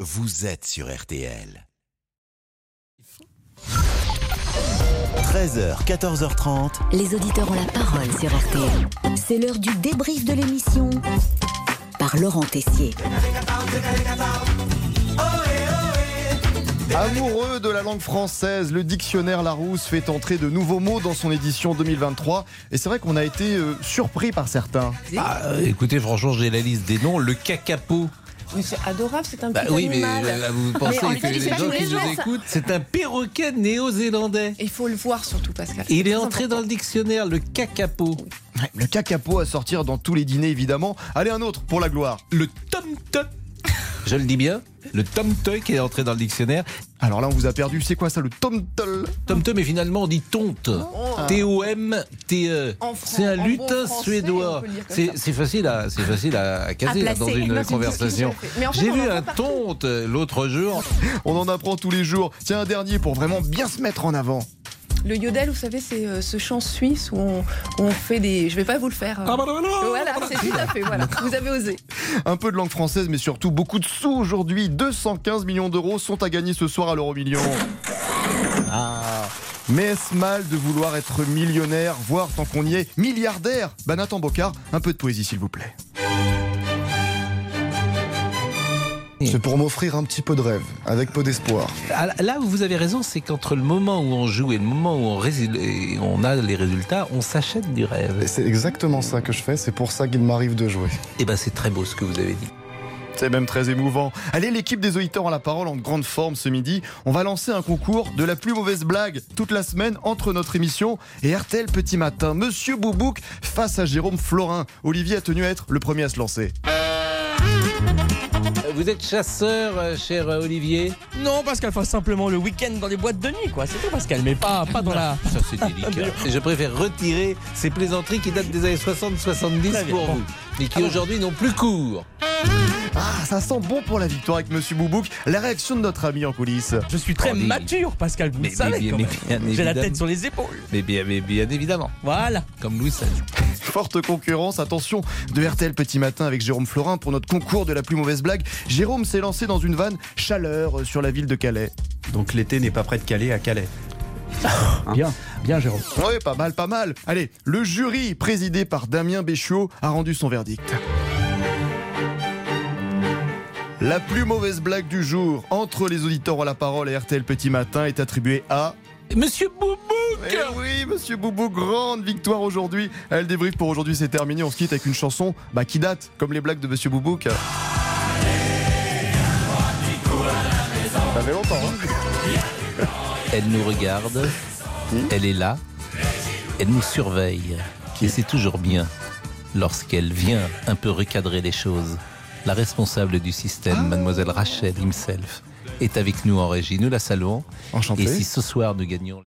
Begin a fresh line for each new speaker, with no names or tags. vous êtes sur RTL. 13h, 14h30.
Les auditeurs ont la parole sur RTL. C'est l'heure du débrief de l'émission par Laurent Tessier.
Amoureux de la langue française, le dictionnaire Larousse fait entrer de nouveaux mots dans son édition 2023. Et c'est vrai qu'on a été euh, surpris par certains.
Ah, euh, écoutez, franchement, j'ai la liste des noms. Le cacapo.
Mais c'est adorable, c'est un
Bah
petit
oui, mais
animal.
là, vous pensez
on
que les
l'utilise pas
gens
tous
qui
les jours,
nous
ça.
écoutent, c'est un perroquet néo-zélandais.
Il faut le voir surtout, Pascal.
Il
C'est
est
très
entré
important.
dans le dictionnaire, le cacapo.
Ouais, Le cacapo à sortir dans tous les dîners, évidemment. Allez, un autre pour la gloire.
Le tom-tom. Je le dis bien, le tom-tom qui est entré dans le dictionnaire.
Alors là, on vous a perdu. C'est quoi ça, le tomtol
Tom-tom, et finalement, on dit tonte. T-O-M-T-E.
Oh. En fran-
E. C'est un
en bon
lutin
français, on
suédois.
peut le dire comme
C'est
ça.
c'est facile à, c'est facile à caser là,
placer.
dans
Non,
une
c'est une
conversation.
discussion. Mais en fait,
J'ai
on
vu
en
un
partout. Ah,
tonte l'autre jour.
On en apprend tous les jours. Tiens, un dernier pour vraiment bien se mettre en avant.
Le yodel, vous savez, c'est euh, ce chant suisse où on, où on fait des. Je vais pas vous le faire. euh.
Ah bah
Voilà, c'est tout à fait. Voilà, vous avez osé.
Un peu de langue française, mais surtout beaucoup de sous aujourd'hui. 215 millions d'euros sont à gagner ce soir à l'euro million. Ah. Mais est-ce mal de vouloir être millionnaire, voire tant qu'on y est, milliardaire Bah Nathan Bocard, un peu de poésie s'il vous plaît.
C'est pour m'offrir un petit peu de rêve, avec peu d'espoir.
Ah, Là où vous avez raison, c'est qu'entre le moment où on joue et le moment où on, résul- et on a les résultats, on s'achète du
Et
rêve.
c'est exactement ça que je fais, c'est pour ça qu'il m'arrive de jouer.
Et ben c'est très beau ce que vous avez dit.
C'est même très émouvant. Allez, l'équipe des auditeurs à la parole en grande forme ce midi. On va lancer un concours de la plus mauvaise blague toute la semaine entre notre émission et RTL Petit Matin. Monsieur Boubouk face à Jérôme Florin. Olivier a tenu à être le premier à se lancer.
Euh, Vous êtes chasseur, euh, cher euh, Olivier
Non, Pascal, fasse simplement le week-end dans les boîtes de nuit, quoi. C'est tout, Pascal, mais pas, pas dans la.
Ça c'est délicat. Et Je préfère retirer ces plaisanteries qui datent des années 60-70
Très bien, Ah
pour
bon.
vous, mais qui aujourd'hui n'ont plus cours.
Ah, ça sent bon pour la victoire avec Monsieur Boubouk. La réaction de notre ami en coulisses.
Je suis très
Oh, mais-
mature, Pascal, vous
Mais-
le savez.
mais-
quand
mais-
même.
mais- bien
J'ai la
évidemment.
tête sur les épaules.
Mais bien, mais bien évidemment,
Voilà.
comme Louis XVI.
Forte concurrence, attention, de RTL Petit Matin avec Jérôme Florin pour notre concours de la plus mauvaise blague. Jérôme s'est lancé dans une vanne chaleur euh, sur la ville de Calais.
Donc l'été n'est pas près de Calais à Calais. bien, bien Jérôme.
Ouais, pas mal, pas mal. Allez, le jury, présidé par Damien Béchiot, a rendu son verdict. La plus mauvaise blague du jour entre les auditeurs à la parole et RTL Petit Matin est attribuée à.
Monsieur Boubou
Eh oui, monsieur Boubou, grande victoire aujourd'hui. Elle débrief pour aujourd'hui, c'est terminé. On se quitte avec une chanson bah, qui date, comme les blagues de monsieur Boubouk. Ça fait longtemps, hein
Elle nous regarde, elle est là, elle nous surveille. Et c'est toujours bien lorsqu'elle vient un peu recadrer les choses. La responsable du système, mademoiselle Rachel himself, est avec nous en régie. Nous la saluons.
Enchanté.
Et si ce soir nous gagnons...